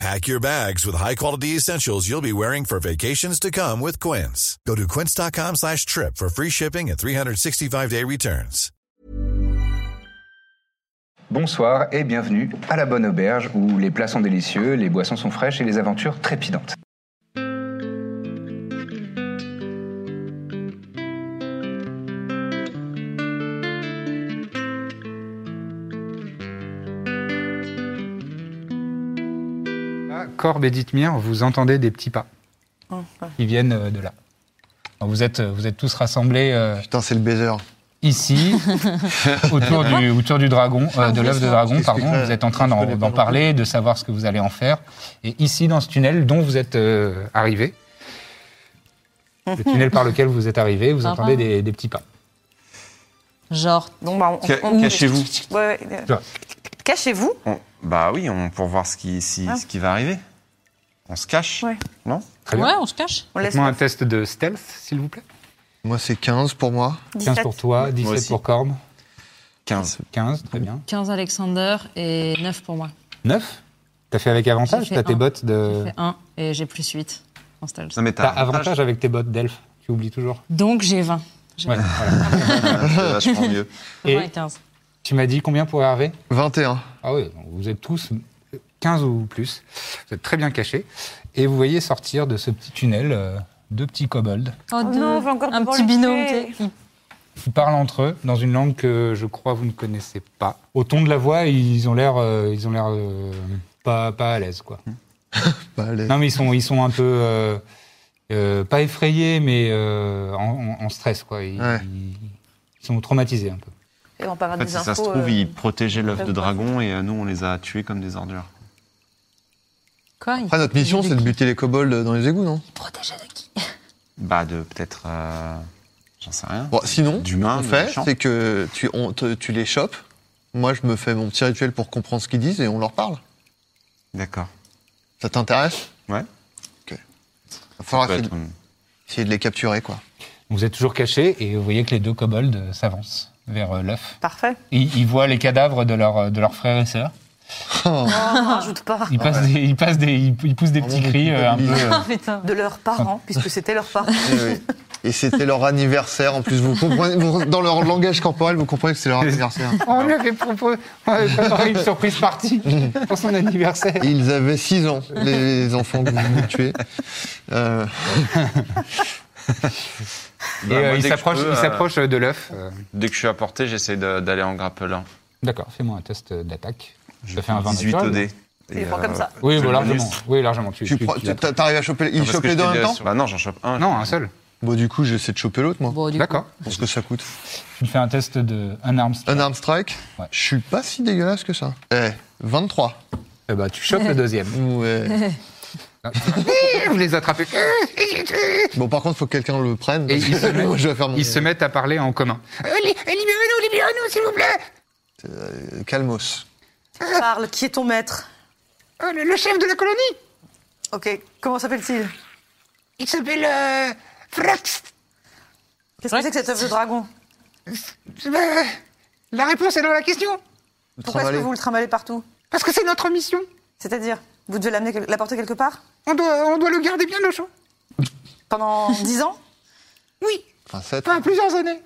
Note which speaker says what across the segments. Speaker 1: Pack your bags with high-quality essentials you'll be wearing for vacations to come with Quince. Go to quince.com slash trip for free shipping and 365-day returns.
Speaker 2: Bonsoir et bienvenue à la bonne auberge où les plats sont délicieux, les boissons sont fraîches et les aventures trépidantes. À Ah, Corbe et Dithmir, vous entendez des petits pas qui viennent euh, de là. Alors, Vous êtes, euh, vous êtes tous rassemblés euh,
Speaker 3: Putain, c'est le baiser.
Speaker 2: ici, autour, du, autour du dragon, euh, de l'œuf de dragon, pardon.
Speaker 3: T'expliquerai.
Speaker 2: Vous êtes en train
Speaker 3: Je
Speaker 2: d'en
Speaker 3: connais pas
Speaker 2: d'en
Speaker 3: non plus.
Speaker 2: parler, de savoir ce que vous allez en faire. Et ici, dans ce tunnel dont vous êtes euh, arrivé, le tunnel par lequel vous êtes arrivé, vous
Speaker 4: Sympa.
Speaker 2: entendez des, des petits pas.
Speaker 4: Genre,
Speaker 5: Donc, bah, on-
Speaker 6: Ca-
Speaker 5: on-
Speaker 6: Cachez-vous.
Speaker 5: Ouais, ouais, euh,
Speaker 2: Genre.
Speaker 5: Cachez-vous.
Speaker 6: On- Bah oui, on, pour voir ce qui, si-
Speaker 5: Ah.
Speaker 6: ce qui va arriver. On se cache
Speaker 5: Ouais.
Speaker 6: Non
Speaker 2: Très bien.
Speaker 4: ouais, on se cache.
Speaker 5: On laisse
Speaker 2: Faites-moi un test de stealth, s'il vous plaît.
Speaker 3: Moi, c'est 15 pour moi.
Speaker 2: 15
Speaker 5: 17.
Speaker 2: pour toi, 17
Speaker 6: aussi.
Speaker 2: pour Corbe,
Speaker 6: 15.
Speaker 2: 15, très bien.
Speaker 4: 15 Alexander et 9 pour moi.
Speaker 2: 9 T'as fait avec avantage
Speaker 4: J'ai fait
Speaker 2: T'as tes
Speaker 4: un.
Speaker 2: bottes de.
Speaker 3: Euh.
Speaker 4: J'ai 1 et j'ai plus 8 en stealth.
Speaker 6: Non mais
Speaker 2: T'as
Speaker 6: t'as
Speaker 2: avantage avec tes bottes d'elfe, tu oublies toujours.
Speaker 4: Donc j'ai 20. J'ai
Speaker 2: Ouais, voilà.
Speaker 6: C'est vachement mieux.
Speaker 2: Et-
Speaker 4: 20 et 15.
Speaker 2: Tu m'as dit combien pour Hervé
Speaker 3: 21.
Speaker 2: Ah oui, donc vous êtes tous 15 ou plus. Vous êtes très bien cachés. Et vous voyez sortir de ce petit tunnel euh, deux petits kobolds
Speaker 4: Oh,
Speaker 5: non,
Speaker 4: deux.
Speaker 5: on va encore
Speaker 4: un
Speaker 5: devoir
Speaker 4: petit
Speaker 5: les
Speaker 4: binôme.
Speaker 5: tuer.
Speaker 4: tu sais.
Speaker 2: qui parlent entre eux dans une langue que je crois vous ne connaissez pas. Au ton de la voix, ils ont l'air euh, ils ont l'air euh, pas, pas à l'aise quoi.
Speaker 3: Bah, allez.
Speaker 2: Non mais ils sont ils sont un peu euh, euh, pas effrayés mais euh, en, en- en stress quoi. Ils,
Speaker 3: Ouais.
Speaker 2: ils sont traumatisés un peu.
Speaker 5: Et on parlera
Speaker 6: En fait,
Speaker 5: des
Speaker 6: si ça se
Speaker 5: infos,
Speaker 6: trouve,
Speaker 5: euh,
Speaker 6: ils protégeaient l'œuf
Speaker 5: peuvent
Speaker 6: de
Speaker 5: pas.
Speaker 6: dragon et euh, nous, on les a tués comme des ordures.
Speaker 4: Quoi il-
Speaker 3: Après, notre mission, c'est de buter les kobolds dans les égouts, non
Speaker 4: il protégeait de qui
Speaker 6: Bah de peut-être... euh, J'en sais rien.
Speaker 3: Bon, Sinon,
Speaker 6: D'humains,
Speaker 3: on
Speaker 6: de
Speaker 3: fait,
Speaker 6: méchants.
Speaker 3: c'est que tu, on te- tu les chopes. Moi, je me fais mon petit rituel pour comprendre ce qu'ils disent et on leur parle.
Speaker 6: D'accord.
Speaker 3: Ça t'intéresse
Speaker 6: Ouais.
Speaker 3: Il va
Speaker 6: Ça
Speaker 3: falloir
Speaker 6: peut
Speaker 3: essayer,
Speaker 6: être une-
Speaker 3: essayer de les capturer, quoi.
Speaker 2: Vous êtes toujours cachés et vous voyez que les deux kobolds euh, s'avancent vers euh, l'œuf.
Speaker 5: Parfait.
Speaker 2: Ils, ils voient les cadavres de leurs de leurs frères et sœurs.
Speaker 5: Oh, on rajoute pas.
Speaker 6: Ah
Speaker 2: Ils, passent des, ils, passent des, ils, ils poussent des petits
Speaker 3: Vraiment,
Speaker 2: cris euh, un peu.
Speaker 3: culpabilisé.
Speaker 2: euh,
Speaker 4: Putain.
Speaker 5: De leurs parents, puisque c'était leurs parents.
Speaker 3: Eh oui. Et c'était leur anniversaire, en plus. Vous comprenez, vous- dans leur langage corporel, vous comprenez que c'est leur anniversaire.
Speaker 2: on lui avait proposé on avait préparé une surprise partie pour son anniversaire.
Speaker 3: Et Ils avaient 6 ans, les enfants que vous venez de tuer. Euh,
Speaker 2: Et
Speaker 6: Bah, moi,
Speaker 2: euh, il
Speaker 6: dès que je
Speaker 2: s'approche
Speaker 6: peux,
Speaker 2: il
Speaker 6: euh,
Speaker 2: s'approche, euh, de l'œuf. euh.
Speaker 6: Dès que je suis à portée, j'essaie de- d'aller en grappelant.
Speaker 2: D'accord, fais-moi un test euh, d'attaque. Je te fais un 20
Speaker 6: 18
Speaker 2: naturel.
Speaker 6: au dé.
Speaker 5: Et ils font comme ça.
Speaker 2: Oui,
Speaker 6: euh, je
Speaker 2: voilà,
Speaker 6: le
Speaker 2: largement.
Speaker 6: bonus.
Speaker 2: Oui, largement. Tu,
Speaker 3: tu
Speaker 2: tu-
Speaker 3: prends-
Speaker 2: tu
Speaker 3: tu-
Speaker 2: l'attrapes.
Speaker 3: t'arrives à choper. Ils
Speaker 6: Non, parce
Speaker 3: chopent
Speaker 6: que
Speaker 3: les deux en
Speaker 6: j'étais
Speaker 3: même temps
Speaker 6: sur- Bah non, j'en chope un.
Speaker 2: Non, un seul.
Speaker 3: Bon, du coup, j'essaie de choper l'autre, moi.
Speaker 4: Bon, du coup,
Speaker 2: D'accord.
Speaker 3: Parce que ça coûte.
Speaker 2: Tu me fais un test de unarmed strike.
Speaker 3: Un arm strike,
Speaker 2: Ouais.
Speaker 3: je suis pas si dégueulasse que ça. Eh, 23.
Speaker 2: Eh ben, tu chopes le deuxième.
Speaker 3: Ouais.
Speaker 2: Vous les attrapez.
Speaker 3: bon, par contre, faut que quelqu'un le prenne.
Speaker 2: Et ils se mettent-
Speaker 3: Moi, je vais faire mon
Speaker 2: Ils se mettent à parler en commun. Euh, li- Libérez-nous, libérez-nous, s'il vous plaît.
Speaker 3: Euh, calmos.
Speaker 5: Parle, qui est ton maître
Speaker 2: Euh, le, le chef de la colonie,
Speaker 5: Ok, comment s'appelle-t-il
Speaker 2: il s'appelle euh, Frax.
Speaker 5: Qu'est-ce que c'est que cet œuf de dragon
Speaker 2: Euh, La réponse est dans la question.
Speaker 5: Pourquoi est-ce que
Speaker 3: Trimballé.
Speaker 5: vous le trimballez partout
Speaker 2: Parce que c'est notre mission.
Speaker 5: C'est-à-dire, vous devez l'amener, quel- l'apporter quelque part
Speaker 2: On doit, on doit le garder bien au chaud.
Speaker 5: Pendant 10 ans
Speaker 2: Oui,
Speaker 3: Enfin,
Speaker 7: Ah,
Speaker 3: sept.
Speaker 2: enfin plusieurs années.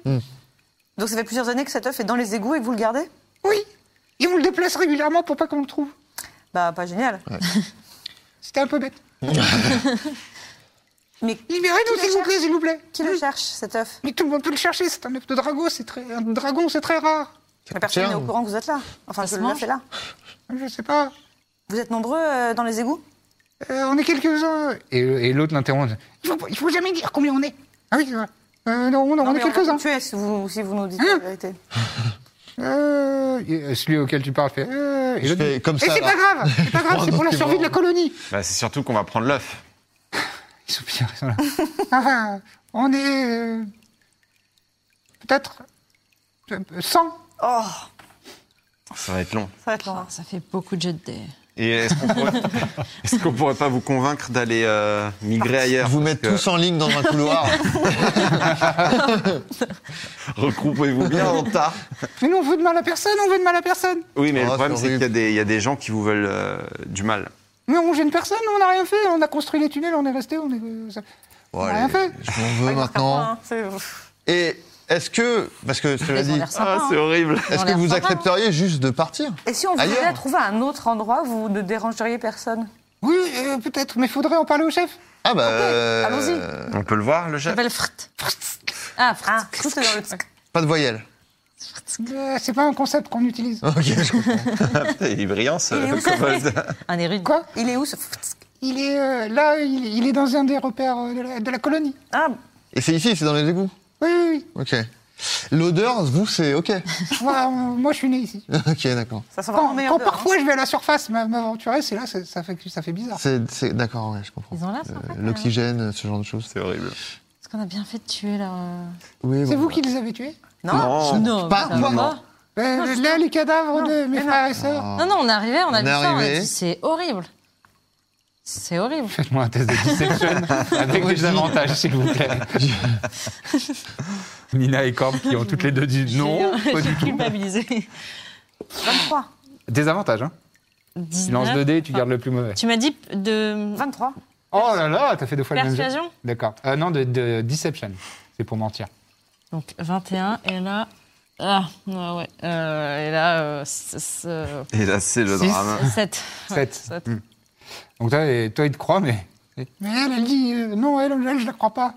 Speaker 5: Donc ça fait plusieurs années que cet œuf est dans les égouts et que vous le gardez
Speaker 2: Oui. Et on le déplace régulièrement pour pas qu'on le trouve.
Speaker 5: Bah, pas génial.
Speaker 2: C'était un peu bête.
Speaker 5: Mais
Speaker 2: Libérez-nous,
Speaker 5: Qui
Speaker 2: s'il
Speaker 5: le
Speaker 2: vous plaît, s'il vous plaît.
Speaker 5: qui le cherche, cet œuf
Speaker 2: Mais tout le monde peut le chercher, c'est un œuf de dragon, c'est très... un dragon, c'est très rare.
Speaker 5: Mais Personne
Speaker 3: coûte
Speaker 5: n'est
Speaker 3: cher,
Speaker 5: au
Speaker 3: ou-
Speaker 5: courant que vous êtes là. Enfin,
Speaker 4: Ça
Speaker 5: que
Speaker 4: se
Speaker 5: l'œuf
Speaker 4: mange
Speaker 5: est là.
Speaker 2: Je sais pas.
Speaker 5: Vous êtes nombreux euh, dans les égouts
Speaker 2: Euh, on est quelques-uns. Et, et l'autre l'interrompt. Il faut, il faut jamais dire combien on est. Ah oui, c'est vrai. Euh, non, non, on est
Speaker 5: mais va
Speaker 2: quelques-uns.
Speaker 5: vous tuer si vous, si vous nous dites
Speaker 2: Hein
Speaker 5: la vérité.
Speaker 2: Euh, et celui auquel tu parles fait. Euh, et
Speaker 3: Je
Speaker 2: l'autre
Speaker 3: fais
Speaker 2: dit,
Speaker 3: comme
Speaker 2: Et
Speaker 3: ça,
Speaker 2: c'est
Speaker 3: là.
Speaker 2: pas grave, c'est pas grave, c'est pour la
Speaker 3: Pendant que
Speaker 2: survie
Speaker 3: tu
Speaker 2: de la colonie.
Speaker 6: Bah c'est surtout qu'on va prendre l'œuf.
Speaker 2: Ils soupirent, ils sont là. Ah, Enfin, on est. euh, Peut-être
Speaker 8: 100
Speaker 5: Oh,
Speaker 6: Ça va être long.
Speaker 5: ça va être long. hein.
Speaker 4: Ça fait beaucoup de jets de dés.
Speaker 6: Et est-ce qu'on pourrait, est-ce qu'on pourrait pas vous convaincre d'aller euh, migrer ailleurs
Speaker 3: Vous
Speaker 6: parce
Speaker 3: mettre
Speaker 6: que
Speaker 3: tous en ligne dans un couloir.
Speaker 6: Regroupez-vous bien en tas.
Speaker 8: Mais nous, on veut de mal à personne, on veut de mal à personne.
Speaker 6: Oui, mais
Speaker 3: Oh,
Speaker 6: le problème,
Speaker 3: c'est
Speaker 6: Ah, c'est qu'il y a, des, il y a des gens qui vous veulent euh, du mal.
Speaker 8: Mais on gêne personne, nous, on n'a rien fait, on a construit les tunnels, on est resté, on est. euh, ça-
Speaker 3: Bon,
Speaker 8: On a
Speaker 3: allez,
Speaker 8: rien fait.
Speaker 3: je m'en veux
Speaker 5: Ouais,
Speaker 3: maintenant.
Speaker 5: hein, c'est-
Speaker 3: Et est-ce que, parce que cela
Speaker 4: Ils ont
Speaker 3: dit,
Speaker 4: l'air
Speaker 8: Ah,
Speaker 4: sympas. hein.
Speaker 6: c'est horrible.
Speaker 3: Ah, est-ce
Speaker 4: ont
Speaker 3: que
Speaker 4: l'air
Speaker 3: vous
Speaker 4: sympas,
Speaker 3: accepteriez juste de partir
Speaker 5: Et si on voulait
Speaker 3: Ailleurs.
Speaker 5: trouver un autre endroit où vous ne dérangeriez personne
Speaker 8: Oui, euh, peut-être, mais faudrait en parler au chef.
Speaker 3: Ah bah, euh,
Speaker 5: allons-y.
Speaker 6: On peut le voir, le
Speaker 4: Ça
Speaker 6: chef
Speaker 4: s'appelle Frt. Ah, Frt.
Speaker 5: Ah, tout est dans le truc.
Speaker 3: pas de voyelle.
Speaker 8: Euh, c'est pas un concept qu'on utilise.
Speaker 3: Ok, je comprends.
Speaker 6: Il est brillant, ce
Speaker 5: Il est où, ce
Speaker 6: kobold.
Speaker 4: Un érudit.
Speaker 8: Quoi
Speaker 5: Il est où ce.
Speaker 8: Il est euh, là, il, il est dans un des repères euh, de la, de la colonie.
Speaker 5: Ah,
Speaker 3: Et c'est ici, c'est dans les égouts.
Speaker 8: Oui, oui, oui.
Speaker 3: Ok. L'odeur, vous, c'est ok.
Speaker 8: Moi, euh, moi, je suis né ici.
Speaker 3: ok, d'accord.
Speaker 5: ça sent vraiment
Speaker 8: Quand,
Speaker 5: meilleur.
Speaker 8: quand
Speaker 5: dehors, hein.
Speaker 8: parfois je vais à la surface m'a- m'aventurer, c'est là, ça, ça fait, ça fait bizarre.
Speaker 3: C'est, c'est- d'accord, ouais, je comprends.
Speaker 4: Ils ont l'air
Speaker 3: Euh,
Speaker 4: sympas. quand même.
Speaker 3: L'oxygène, ce genre de choses.
Speaker 6: C'est horrible.
Speaker 4: Est-ce qu'on a bien fait de tuer leur. euh,
Speaker 3: Oui,
Speaker 8: C'est
Speaker 3: bon,
Speaker 8: vous
Speaker 3: bah.
Speaker 8: qui les avez tués
Speaker 5: Non,
Speaker 4: Non,
Speaker 3: Oh, pas-
Speaker 4: ça
Speaker 3: non,
Speaker 4: va
Speaker 3: non.
Speaker 4: pas.
Speaker 8: Euh, Là, les cadavres de mes frères et sœurs.
Speaker 4: Non, non, on est arrivé, on a
Speaker 3: On
Speaker 4: vu
Speaker 3: est
Speaker 4: ça, on a
Speaker 3: arrivé.
Speaker 4: dit c'est horrible. C'est horrible.
Speaker 8: Faites-moi un test de dissection avec
Speaker 3: des avantages,
Speaker 8: s'il vous plaît. Nina et Corbe qui ont toutes les deux dit
Speaker 4: J'ai- J'ai culpabilisé.
Speaker 5: 23.
Speaker 8: Des avantages, hein.
Speaker 4: 19.
Speaker 8: dés,
Speaker 2: Ah.
Speaker 8: tu gardes le plus mauvais.
Speaker 4: Tu m'as dit p- de
Speaker 5: 23.
Speaker 8: Oh là là, t'as fait deux fois le même jeu.
Speaker 4: persuasion
Speaker 8: D'accord. Euh, non, de, de deception. C'est pour mentir.
Speaker 4: Donc 21, et là. Ah, ouais, ouais. Euh, et là, euh, c'est- c'est, euh,
Speaker 6: Et là, c'est le
Speaker 8: Six.
Speaker 6: drame.
Speaker 4: 7.
Speaker 8: Sept. Hmm. Donc toi, et- toi, il te croit, mais. Mais elle, elle dit euh, non, elle, elle, je la crois pas.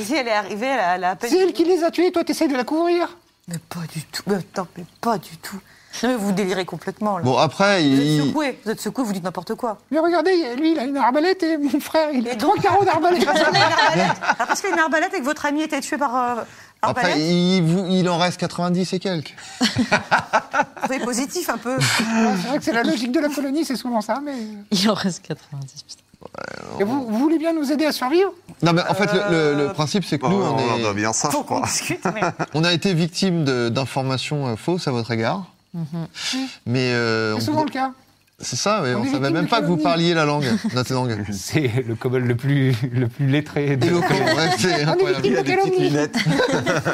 Speaker 5: Ici, elle est arrivée, elle a, elle a à peine.
Speaker 8: C'est elle qui les a tués, toi, t'essayes de la couvrir.
Speaker 5: Mais pas du tout. Mais attends, mais pas du tout. Non, mais vous délirez complètement, là.
Speaker 3: Bon, après,
Speaker 5: Vous êtes
Speaker 3: il...
Speaker 5: secoué, vous êtes secoué, vous dites n'importe quoi.
Speaker 8: Mais regardez, lui, il a une arbalète et mon frère, il a trois carreaux d'arbalète.
Speaker 5: Une arbalète. Alors, Ah, parce qu'il y a une arbalète et que votre ami était tué par euh,
Speaker 3: après
Speaker 5: arbalète,
Speaker 3: il, vous- il en reste 90 et quelques.
Speaker 5: vous soyez positif un peu.
Speaker 8: Ouais, c'est vrai que c'est la logique de la colonie, c'est souvent ça, mais.
Speaker 4: Il en reste 90, putain.
Speaker 8: Et vous, vous voulez bien nous aider à survivre
Speaker 3: Non, mais en fait, le- le,
Speaker 8: Euh,
Speaker 3: le principe, c'est que
Speaker 6: Bon,
Speaker 3: nous,
Speaker 6: on
Speaker 3: on,
Speaker 6: leur
Speaker 3: est-
Speaker 6: doit bien ça, je
Speaker 5: Faut qu'on
Speaker 6: crois.
Speaker 5: discute, mais
Speaker 3: on a été victime de- d'informations euh, fausses à votre égard. Mais euh,
Speaker 8: C'est
Speaker 3: on-
Speaker 8: Mhm. souvent le cas.
Speaker 3: c'est ça, ouais,
Speaker 8: on
Speaker 3: on
Speaker 8: est
Speaker 3: savait
Speaker 8: victime
Speaker 3: même
Speaker 8: de
Speaker 3: pas que vous
Speaker 8: calomnie.
Speaker 3: parliez la langue, notre langue.
Speaker 8: C'est le kobold le plus, le plus lettré de
Speaker 3: Éloquent, ouais, c'est
Speaker 8: On est victime
Speaker 3: incroyable.
Speaker 8: de calomnie.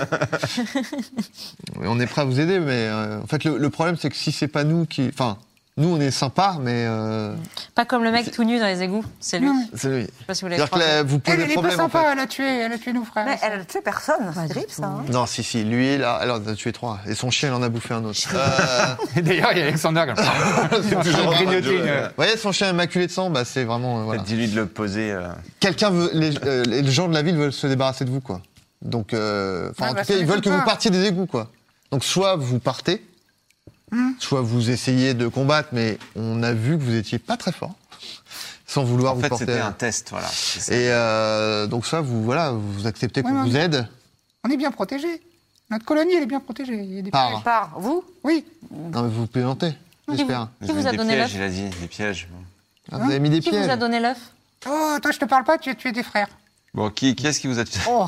Speaker 3: Oui, On est prêt à vous aider, mais euh, en fait, le, le problème, c'est que si c'est pas nous qui. Enfin, nous, on est sympa, mais. euh,
Speaker 4: Pas comme le mec tout nu dans les égouts, c'est lui.
Speaker 8: Non.
Speaker 4: Je
Speaker 3: c'est lui.
Speaker 4: sais pas si vous l'avez
Speaker 3: C'est-à-dire que là,
Speaker 4: croisé.
Speaker 3: vous posez
Speaker 8: Elle,
Speaker 3: le
Speaker 8: elle est pas
Speaker 3: problème. en
Speaker 8: sympa,
Speaker 3: fait.
Speaker 8: elle a tué, elle a tué nos frères.
Speaker 5: mais elle a tué personne. C'est terrible, ça. hein.
Speaker 3: Non, si, si, lui, là, alors, elle en a tué trois. Et son chien, il en a bouffé un autre. Euh,
Speaker 8: Et D'ailleurs, il y a Alexander qui a
Speaker 3: c'est toujours
Speaker 8: grignoté
Speaker 3: grave.
Speaker 8: une-
Speaker 3: Vous voyez, son chien est maculé de sang, bah, c'est vraiment. euh, voilà.
Speaker 6: Dis-lui de le poser. euh,
Speaker 3: Quelqu'un veut. Les, euh, les gens de la ville veulent se débarrasser de vous, quoi. Donc, euh, enfin,
Speaker 8: Ah, bah,
Speaker 3: en tout cas,
Speaker 8: ça
Speaker 3: ils
Speaker 8: m'étonne
Speaker 3: veulent que vous
Speaker 8: pas.
Speaker 3: partiez des égouts, quoi. Donc, soit vous partez,
Speaker 8: Hmm.
Speaker 3: soit vous essayez de combattre, mais on a vu que vous étiez pas très fort, sans vouloir
Speaker 6: En
Speaker 3: vous
Speaker 6: fait,
Speaker 3: porter.
Speaker 6: c'était
Speaker 3: à-
Speaker 6: un test, voilà. C'est ça.
Speaker 3: Et euh, donc ça, vous voilà, vous acceptez qu'on
Speaker 8: Ouais, ouais.
Speaker 3: vous aide.
Speaker 8: On est bien protégé. Notre colonie, elle est bien protégée. Il y a des
Speaker 7: Ah.
Speaker 3: Par-
Speaker 8: pièges.
Speaker 5: Par vous
Speaker 8: Oui.
Speaker 3: Non mais vous plaisantez, j'espère.
Speaker 4: Qui
Speaker 6: Ils ont
Speaker 4: Ah, vous a
Speaker 6: des
Speaker 4: donné
Speaker 6: pièges,
Speaker 4: l'œuf
Speaker 6: il a dit, des pièges.
Speaker 3: Ah, vous avez mis des
Speaker 4: Qui vous
Speaker 3: pièges.
Speaker 4: a donné l'œuf
Speaker 8: Oh, toi, je te parle pas, tu as tué des frères.
Speaker 6: Bon, qui, qui est-ce qui vous a tué
Speaker 4: Oh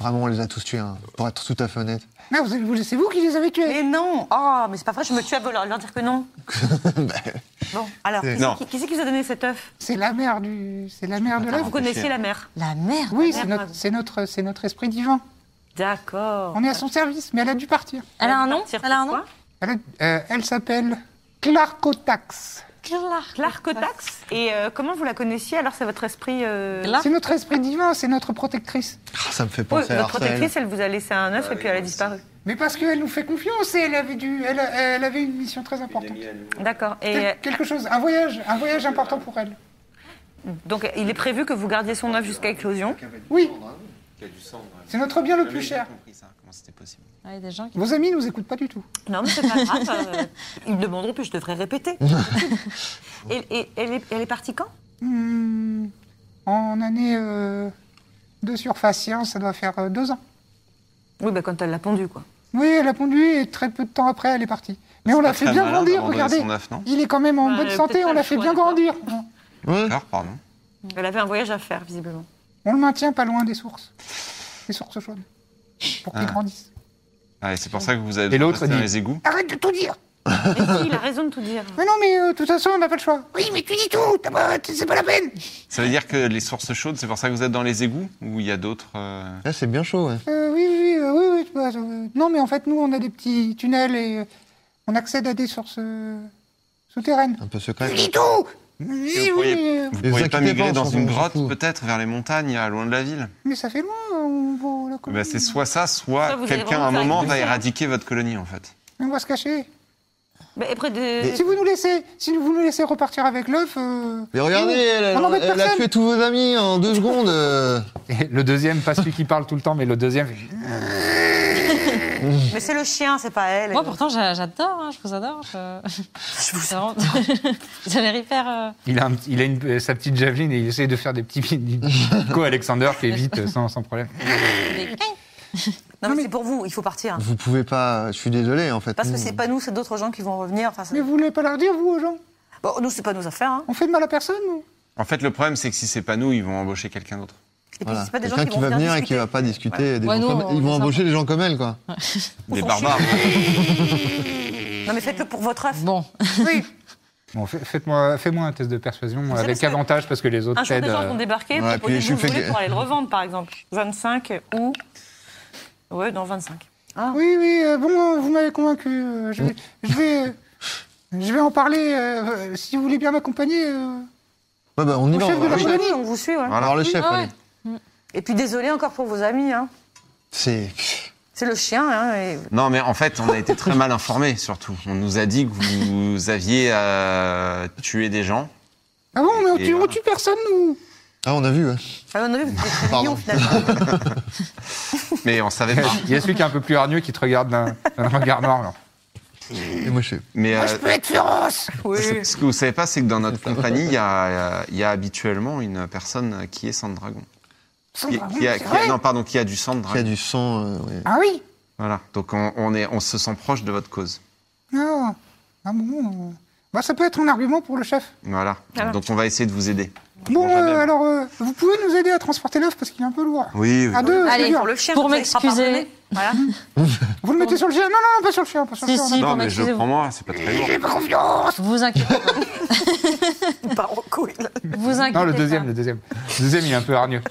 Speaker 3: Vraiment, on les a tous tués, hein, pour être tout à fait honnête.
Speaker 8: Non, vous- vous- c'est vous qui les avez tués.
Speaker 5: Mais non Oh, mais c'est pas vrai, je me tue à leur, leur dire que non. Bon, alors, qui
Speaker 6: Non.
Speaker 5: c'est qui, qui c'est qui vous a donné cet œuf
Speaker 8: C'est la mère du, c'est la mère de
Speaker 2: Ah,
Speaker 5: Vous
Speaker 8: l'œuf.
Speaker 5: connaissiez la mère
Speaker 4: La merde
Speaker 8: Oui,
Speaker 5: La
Speaker 8: c'est
Speaker 5: mère,
Speaker 8: notre,
Speaker 5: ouais.
Speaker 8: c'est notre, c'est notre esprit divin.
Speaker 5: D'accord.
Speaker 8: On est à son service, mais elle a dû partir.
Speaker 4: Elle a un nom
Speaker 5: Partir
Speaker 4: Elle a un
Speaker 5: pourquoi
Speaker 4: nom
Speaker 8: Elle, a- euh, elle s'appelle Clarkotax.
Speaker 4: Clark.
Speaker 5: Clark Cotax. Et euh, comment vous la connaissiez Alors, c'est votre esprit. euh,
Speaker 4: Clark
Speaker 8: C'est notre esprit divin, c'est notre protectrice.
Speaker 3: Ah, ça me fait
Speaker 5: Oui,
Speaker 3: penser à
Speaker 5: votre
Speaker 3: Arsène.
Speaker 5: protectrice, elle vous a laissé un œuf et puis elle a disparu.
Speaker 8: Mais parce qu'elle nous fait confiance et elle avait, dû, elle, a- elle avait une mission très importante.
Speaker 5: D'accord. Et euh,
Speaker 8: Quel- quelque chose, un voyage, un voyage important pour elle.
Speaker 5: euh, donc, il est prévu que vous gardiez son œuf jusqu'à éclosion.
Speaker 8: Oui,
Speaker 6: Il y a du sang.
Speaker 8: c'est notre bien le plus cher.
Speaker 6: compris ça, comment c'était possible.
Speaker 4: Ah, Il y a des gens qui.
Speaker 8: Vos amis nous écoutent pas du tout.
Speaker 5: Non, mais c'est pas grave. euh, ils me demanderont puis je devrais répéter. et et- elle, est, elle est partie quand
Speaker 8: Hmm, en année euh, de surface science, ça doit faire euh, deux ans.
Speaker 5: Oui, bah, quand elle l'a pondu, quoi.
Speaker 8: Oui, elle a pondu et très peu de temps après, elle est partie. Mais on
Speaker 6: C'est
Speaker 8: l'a
Speaker 6: pas
Speaker 8: fait
Speaker 6: très
Speaker 8: bien
Speaker 6: malin
Speaker 8: grandir,
Speaker 6: d'abandonner
Speaker 8: regardez.
Speaker 6: son œuf, non
Speaker 8: Il est quand même en
Speaker 5: Bah,
Speaker 8: bonne
Speaker 5: peut-être
Speaker 8: santé,
Speaker 5: pas
Speaker 8: on
Speaker 5: le
Speaker 8: l'a fait
Speaker 5: choix,
Speaker 8: bien
Speaker 5: d'accord.
Speaker 8: grandir.
Speaker 3: Ouais.
Speaker 6: Alors, pardon.
Speaker 4: Mm.
Speaker 5: Elle avait un voyage à faire, visiblement.
Speaker 8: On le maintient pas loin des sources. Des sources chaudes. Pour qu'il
Speaker 6: Ah.
Speaker 8: grandisse.
Speaker 6: Ouais, c'est pour ça que vous avez
Speaker 2: Et l'autre
Speaker 6: passé dans
Speaker 2: dit-
Speaker 6: les égouts.
Speaker 7: Arrête de tout dire
Speaker 5: Mais si, il a raison de tout dire.
Speaker 2: Mais non, mais euh, de toute façon, on n'a pas le choix.
Speaker 7: Oui, mais tu dis tout t'as pas- C'est pas la peine
Speaker 6: Ça veut dire que les sources chaudes, c'est pour ça que vous êtes dans les égouts Ou il y a d'autres. euh,
Speaker 3: Là, Ah, c'est bien chaud, ouais.
Speaker 2: Euh, oui, oui, oui, euh, oui, oui, bah, euh, non, mais en fait, nous, on a des petits tunnels et euh, on accède à des sources euh, souterraines.
Speaker 3: Un peu secret.
Speaker 7: Tu dis tout
Speaker 2: Oui,
Speaker 6: Vous
Speaker 2: oui,
Speaker 6: pourriez-
Speaker 2: euh,
Speaker 6: Vous
Speaker 3: vous
Speaker 6: pourriez
Speaker 3: inquiétez
Speaker 6: pas
Speaker 3: pas,
Speaker 6: migrer
Speaker 3: on
Speaker 6: dans
Speaker 3: s'en
Speaker 6: une
Speaker 3: fout, on s'en
Speaker 6: grotte,
Speaker 3: fout.
Speaker 6: peut-être, vers les montagnes, euh, loin de la ville
Speaker 2: mais ça fait loin, euh, on voit la
Speaker 6: Bah,
Speaker 2: colonie.
Speaker 6: C'est soit ça, soit
Speaker 5: Soit vous allez
Speaker 6: quelqu'un
Speaker 5: vraiment
Speaker 6: à un
Speaker 5: faire une
Speaker 6: moment va
Speaker 5: poussière.
Speaker 6: éradiquer votre colonie, en fait.
Speaker 2: On va se cacher.
Speaker 5: Bah, et près de.
Speaker 2: Si vous nous laissez, si vous nous laissez repartir avec l'œuf... euh,
Speaker 3: Mais regardez,
Speaker 2: nous,
Speaker 3: elle, elle-
Speaker 2: on n'embête
Speaker 3: elle a
Speaker 2: personne.
Speaker 3: tué tous vos amis en deux secondes. euh.
Speaker 2: Et le deuxième, pas celui qui parle tout le temps, mais le deuxième.
Speaker 5: Mais c'est le chien, c'est pas elle.
Speaker 4: Moi, pourtant, j'a- j'adore, hein, je vous adore. Je, je vous adore. Vous avez l'air hyper. euh,
Speaker 2: Il a, un petit- il a une- sa petite javeline et il essaie de faire des petits co Alexander qui évite euh, sans, sans problème.
Speaker 4: des-
Speaker 5: Non, mais, c'est pour vous, il faut partir.
Speaker 3: Vous pouvez pas. Je suis désolé, en fait.
Speaker 5: Parce que
Speaker 3: nous-
Speaker 5: c'est pas nous, c'est d'autres gens qui vont revenir. Enfin, c'est-
Speaker 2: Mais vous voulez pas leur dire, vous, aux gens
Speaker 5: Bon, nous, c'est pas nos affaires. Hein.
Speaker 2: On fait de mal à personne, nous
Speaker 6: En fait, le problème, c'est que si c'est pas nous, ils vont embaucher quelqu'un d'autre.
Speaker 5: Et puis,
Speaker 3: Voilà.
Speaker 5: c'est pas des gens
Speaker 3: Quelqu'un
Speaker 5: qui,
Speaker 3: qui
Speaker 5: vont
Speaker 3: va venir et qui
Speaker 5: discuter.
Speaker 3: va pas discuter. des
Speaker 4: Ouais,
Speaker 3: gens
Speaker 4: nous,
Speaker 3: comme-
Speaker 4: on
Speaker 3: Ils vont
Speaker 4: est
Speaker 3: embaucher des gens comme elle, quoi.
Speaker 6: Des
Speaker 5: s'en
Speaker 6: barbares.
Speaker 5: Non, mais faites-le pour votre
Speaker 3: Mm.
Speaker 5: œuf.
Speaker 4: Bon,
Speaker 2: Oui Bon, fait- faites-moi fais un test de persuasion
Speaker 5: parce
Speaker 2: avec
Speaker 5: que-
Speaker 2: avantage parce que les autres
Speaker 5: Un jour,
Speaker 2: t'aident.
Speaker 5: des gens vont
Speaker 2: euh,
Speaker 5: débarquer
Speaker 3: Ouais,
Speaker 5: pour
Speaker 3: puis je
Speaker 5: vous
Speaker 3: fais
Speaker 5: voulez
Speaker 3: que-
Speaker 5: pour aller le revendre, par exemple. 25 ou. Ouais, dans 25.
Speaker 2: Oui, oui, euh, bon, euh, vous m'avez convaincu. euh, je, vais, je, vais, euh, je vais en parler. euh, euh, si vous voulez bien m'accompagner. euh.
Speaker 3: Ouais, bah, on y
Speaker 2: Au
Speaker 3: va.
Speaker 2: chef
Speaker 3: on
Speaker 2: de
Speaker 3: va-
Speaker 2: la
Speaker 3: oui.
Speaker 2: colonie.
Speaker 5: on vous suit, ouais.
Speaker 3: On va voir le chef,
Speaker 4: Ah ouais.
Speaker 3: allez.
Speaker 5: Et puis, désolé encore pour vos amis. Hein.
Speaker 3: C'est.
Speaker 5: C'est le chien, hein, et-
Speaker 6: Non, mais en fait, on a été très mal informés, surtout. On nous a dit que vous aviez euh, tué des gens.
Speaker 2: Ah bon, mais on tue,
Speaker 6: Et
Speaker 2: on
Speaker 6: voilà.
Speaker 2: tue personne, nous
Speaker 3: Ah, on a vu, ouais.
Speaker 5: Ah, on a vu, vous êtes très
Speaker 3: Pardon.
Speaker 5: mignons, finalement.
Speaker 6: Mais on savait pas.
Speaker 2: Il y a celui qui est un peu plus hargneux qui te regarde d'un d'un regard noir. là.
Speaker 3: Et moi, je fais.
Speaker 6: Mais euh,
Speaker 7: Je peux être féroce
Speaker 6: ce- ce que vous savez pas, c'est que dans notre compagnie, il y a, euh, il y a habituellement une personne qui est sans dragon.
Speaker 7: Sans
Speaker 6: Qui-
Speaker 7: dragon,
Speaker 6: qui a-
Speaker 7: c'est
Speaker 6: qui a-
Speaker 7: vrai
Speaker 6: non, pardon, qui a du sang de
Speaker 3: Il y a
Speaker 6: dragon.
Speaker 3: du sang. euh, ouais.
Speaker 2: Ah oui
Speaker 6: Voilà. Donc on, on est, on se sent proche de votre cause.
Speaker 2: Ah, ah bon euh, bah, Ça peut être un argument pour le chef.
Speaker 6: Voilà.
Speaker 7: Ah.
Speaker 5: Voilà.
Speaker 6: Donc on va essayer de vous aider.
Speaker 2: Bon,
Speaker 6: Jamais.
Speaker 2: euh, alors, euh, vous pouvez nous aider à transporter l'œuf parce qu'il est un peu lourd.
Speaker 6: Oui,
Speaker 2: À deux, c'est
Speaker 4: Allez.
Speaker 2: dur.
Speaker 5: Pour le chien,
Speaker 4: Pour
Speaker 5: ça vous sera
Speaker 4: m'excuser.
Speaker 5: pardonné. Voilà.
Speaker 2: Vous le mettez sur le chien Non, non, pas sur le chien. Pas sur le
Speaker 4: si,
Speaker 2: chien,
Speaker 4: si,
Speaker 6: Non,
Speaker 4: pour
Speaker 6: mais je le
Speaker 4: m'excuser,
Speaker 6: prends moi, c'est pas très lourd.
Speaker 7: J'ai pas confiance
Speaker 4: vous inquiétez pas.
Speaker 5: On part en couille, là.
Speaker 4: Vous inquiétez
Speaker 2: non. Non, le
Speaker 4: pas.
Speaker 2: deuxième, le deuxième. Le deuxième, il est un peu hargneux.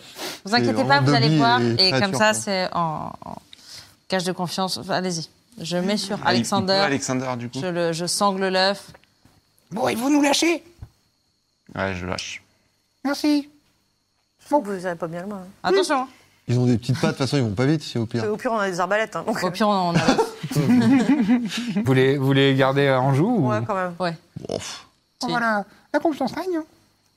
Speaker 4: Vous inquiétez pas,
Speaker 3: C'est vraiment
Speaker 4: vous allez
Speaker 3: Dobby
Speaker 4: voir.
Speaker 3: et
Speaker 4: Et, comme
Speaker 3: créature,
Speaker 4: ça,
Speaker 3: quoi.
Speaker 4: c'est en, en cage de confiance. Enfin, Allez-y. Je mets sur
Speaker 6: Ah, il- il peut,
Speaker 4: Alexander.
Speaker 6: Alexander, du coup.
Speaker 4: Je, le, je sangle l'œuf.
Speaker 7: Bon, et vous nous lâchez
Speaker 6: Ouais, je lâche.
Speaker 2: Merci.
Speaker 5: Bon, vous savez pas bien le moi. hein.
Speaker 4: Attention.
Speaker 3: Ils ont des petites pattes, de toute façon, ils vont pas vite, c'est au pire.
Speaker 5: Au pire, on a des arbalètes. Hein, donc,
Speaker 4: Au pire, on en a.
Speaker 2: Vous voulez, vous les garder euh, en joue
Speaker 5: euh,
Speaker 2: ou...
Speaker 5: ouais, quand même.
Speaker 4: Ouais.
Speaker 3: Bon, pff,
Speaker 2: Oh, voilà, la confiance règne. hein.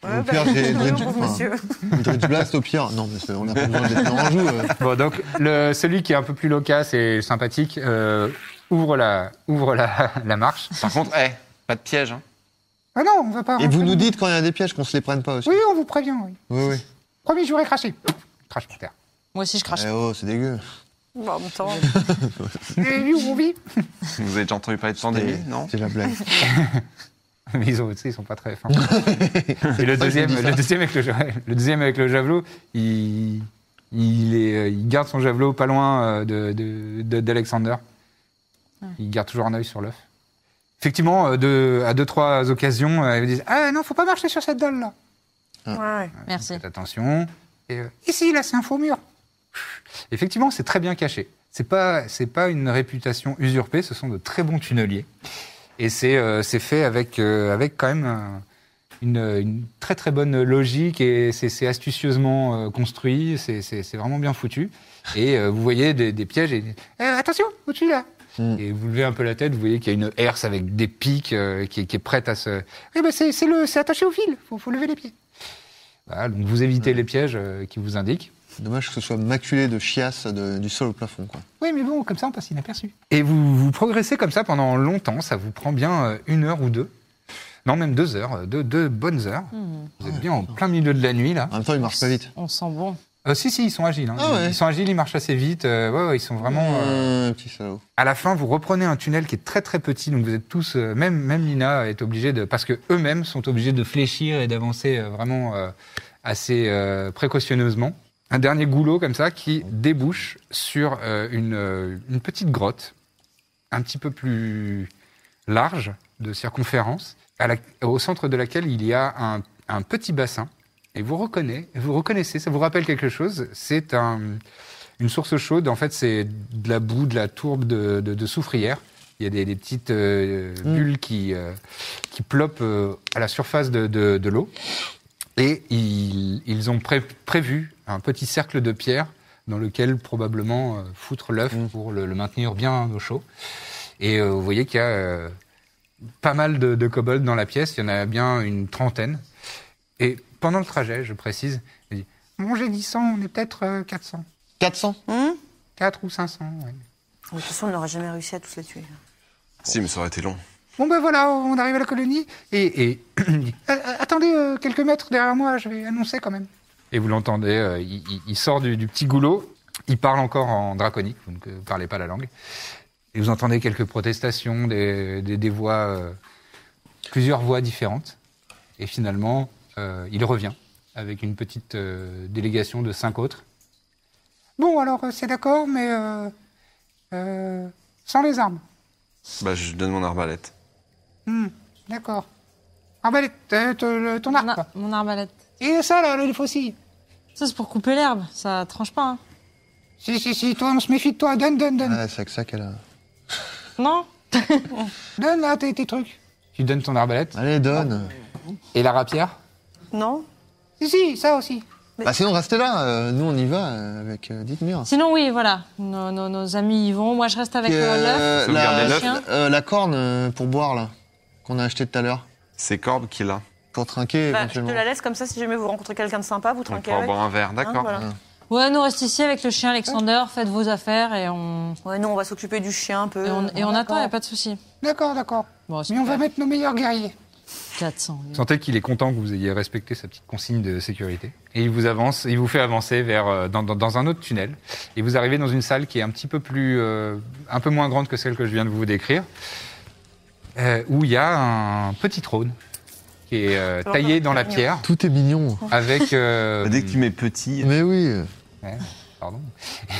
Speaker 5: Ouais, bah,
Speaker 3: pire, j'ai-
Speaker 5: désolé,
Speaker 3: j'ai-
Speaker 5: pauvre monsieur.
Speaker 3: Dredge Blast, au pire. Non, mais c'est- on a pas besoin d'être en joue. euh.
Speaker 2: Bon, donc le, celui qui est un peu plus loquace et sympathique euh, ouvre, la, ouvre la, la marche.
Speaker 6: Par contre, eh, pas de piège. Hein.
Speaker 2: Ah non, on va pas.
Speaker 3: Et
Speaker 2: rentrer
Speaker 3: vous nous
Speaker 2: dans-
Speaker 3: dites quand il y a des pièges qu'on se les prenne pas aussi.
Speaker 2: Oui, on vous prévient. Oui.
Speaker 3: Oui, oui.
Speaker 2: Promis, j'aurais craché. Crache par terre.
Speaker 4: Moi aussi,
Speaker 5: Ah,
Speaker 4: je crache.
Speaker 3: Eh oh, c'est dégueu.
Speaker 5: Bon, en même temps,
Speaker 2: Et lui, où on vit
Speaker 6: Vous avez déjà entendu parler de
Speaker 3: C'est
Speaker 6: pandémie, non
Speaker 3: c'est la blague.
Speaker 2: Mais ils, ont, tu sais, ils sont pas très fins. et le
Speaker 3: pour ça que je
Speaker 2: deuxième,
Speaker 3: dis ça.
Speaker 2: le deuxième avec le, ja- le deuxième avec le javelot, il, il, est, euh, il garde son javelot pas loin euh, de- de- de- d'Alexander. Il garde toujours un œil sur l'œuf. Effectivement, euh, de, à deux, trois occasions, euh, ils disent Ah non, faut pas marcher sur cette dalle là.
Speaker 5: ouais.
Speaker 4: Merci.
Speaker 2: Faites attention. Et, euh, ici, là, c'est un faux mur. Effectivement, c'est très bien caché. C'est pas, c'est pas une réputation usurpée. Ce sont de très bons tunneliers. Et c'est, euh, c'est fait avec, euh, avec quand même euh, une, une très très bonne logique et c'est, c'est astucieusement euh, construit. C'est, c'est- c'est vraiment bien foutu. Et euh, vous voyez des, des pièges. Et, Euh, attention, au-dessus là.
Speaker 3: Mm.
Speaker 2: Et vous levez un peu la tête, vous voyez qu'il y a une herse avec des pics euh, qui, est- qui est prête à se. Eh ben c'est, c'est le, c'est attaché au fil. Faut, faut lever les pieds. Voilà, donc vous évitez les pièges euh, qui vous indiquent.
Speaker 3: Dommage que ce soit maculé de chiasse de- du sol au plafond, quoi.
Speaker 2: Oui, mais bon, comme ça, on passe inaperçu. Et vous, vous progressez comme ça pendant longtemps. Ça vous prend bien euh, une heure ou deux. Non, même deux heures. euh, Deux, deux bonnes heures. Vous êtes bien en plein milieu de la nuit, là.
Speaker 3: En même temps, il marche pas vite.
Speaker 4: On sent bon.
Speaker 2: Euh, si, si, ils sont agiles. hein.
Speaker 3: Ah ouais.
Speaker 2: Ils sont agiles, ils marchent assez vite. euh, ouais, ouais, ils sont vraiment... euh,
Speaker 3: Hum, petit salaud.
Speaker 2: À la fin, vous reprenez un tunnel qui est très très petit, donc vous êtes tous, euh, même même Lina est obligée de, parce que eux-mêmes sont obligés de fléchir et d'avancer euh, vraiment euh, assez euh, précautionneusement. un dernier goulot comme ça qui débouche sur euh, une, euh, une petite grotte un petit peu plus large de circonférence, à la- au centre de laquelle il y a un, un petit bassin. Et vous reconnaissez, vous reconnaissez, ça vous rappelle quelque chose. C'est un, une source chaude. En fait, c'est de la boue, de la tourbe de, de- de soufrière. Il y a des, des petites euh, bulles qui, euh, qui plopent euh, à la surface de, de- de l'eau. Et ils, ils ont pré- prévu un petit cercle de pierre dans lequel probablement euh, foutre l'œuf pour le, le maintenir bien au chaud. Et euh, vous voyez qu'il y a euh, pas mal de, de kobolds dans la pièce, il y en a bien une trentaine. Et pendant le trajet, je précise, il dit Bon, j'ai dit 100, on est peut-être euh, 400.
Speaker 3: 400
Speaker 5: Hum
Speaker 2: 4 ou 500, ouais.
Speaker 5: De toute façon, on n'aura jamais réussi à tous les tuer.
Speaker 6: Si, mais ça aurait été long.
Speaker 2: Bon, ben voilà, on arrive à la colonie. Et. et il dit, Euh, euh, attendez euh, quelques mètres derrière moi, je vais annoncer quand même. Et vous l'entendez, euh, il, il- il sort du, du petit goulot, il parle encore en draconique, vous ne euh, parlez pas la langue. Et vous entendez quelques protestations, des, des- des voix. euh, plusieurs voix différentes. Et finalement, euh, il revient avec une petite euh, délégation de cinq autres.
Speaker 7: Bon, alors, euh, c'est d'accord, mais euh, euh, sans les armes.
Speaker 6: Bah, je donne mon arbalète.
Speaker 7: D'accord. Ah bah, t'as- t'as le- ton
Speaker 2: Ah.
Speaker 7: arc,
Speaker 4: Mon,
Speaker 7: quoi.
Speaker 4: ar- mon arbalète.
Speaker 7: Et ça, là, le fossile.
Speaker 4: Ça, c'est pour couper l'herbe. Ça tranche pas, hein.
Speaker 7: Si, si, si, toi, on se méfie de toi. Donne, donne, donne.
Speaker 3: Ah, c'est avec ça qu'elle a.
Speaker 4: Non
Speaker 7: Donne, là, tes, tes trucs.
Speaker 2: Tu donnes ton arbalète.
Speaker 3: Allez, donne.
Speaker 5: Ah.
Speaker 2: Et la rapière
Speaker 5: Non Bah,
Speaker 7: Si, si, ça aussi.
Speaker 3: Bah, sinon, restez là. euh, nous, on y va euh, avec euh, Dithmir.
Speaker 4: Sinon, oui, voilà. Nos, nos- nos amis y vont. Moi, je reste avec euh, l'œuf.
Speaker 3: Euh,
Speaker 6: Sauvegarder
Speaker 3: la,
Speaker 6: l'œuf.
Speaker 3: chien- euh, la corne euh, pour boire, là, qu'on a acheté tout à l'heure,
Speaker 6: C'est Corbe qui l'a.
Speaker 3: pour trinquer
Speaker 5: Bah, Je te
Speaker 3: éventuellement.
Speaker 5: la laisse comme ça, si jamais vous rencontrez quelqu'un de sympa, vous
Speaker 6: On
Speaker 5: trinquez
Speaker 6: pourra
Speaker 5: avec.
Speaker 6: boire un verre,
Speaker 5: Hein,
Speaker 6: d'accord.
Speaker 5: voilà.
Speaker 4: Ouais, nous, reste ici avec le chien Alexander. Faites vos affaires et on,
Speaker 5: Ouais, nous, on va s'occuper du chien un peu.
Speaker 4: et on, et on
Speaker 5: Voilà.
Speaker 4: attend, y a pas de souci.
Speaker 7: D'accord, d'accord.
Speaker 4: Bon,
Speaker 7: Mais on va
Speaker 4: super.
Speaker 7: mettre nos meilleurs guerriers.
Speaker 4: 400.
Speaker 2: Vous sentez qu'il est content que vous ayez respecté sa petite consigne de sécurité. Et il vous avance, il vous fait avancer vers euh, dans, dans- dans un autre tunnel. Et vous arrivez dans une salle qui est un petit peu plus, euh, un peu moins grande que celle que je viens de vous décrire, euh, où il y a un petit trône qui est euh, taillé dans la pierre
Speaker 3: Tout est mignon.
Speaker 2: avec. euh,
Speaker 6: Dès que tu mets petit,
Speaker 3: Mais oui. euh,
Speaker 2: Pardon.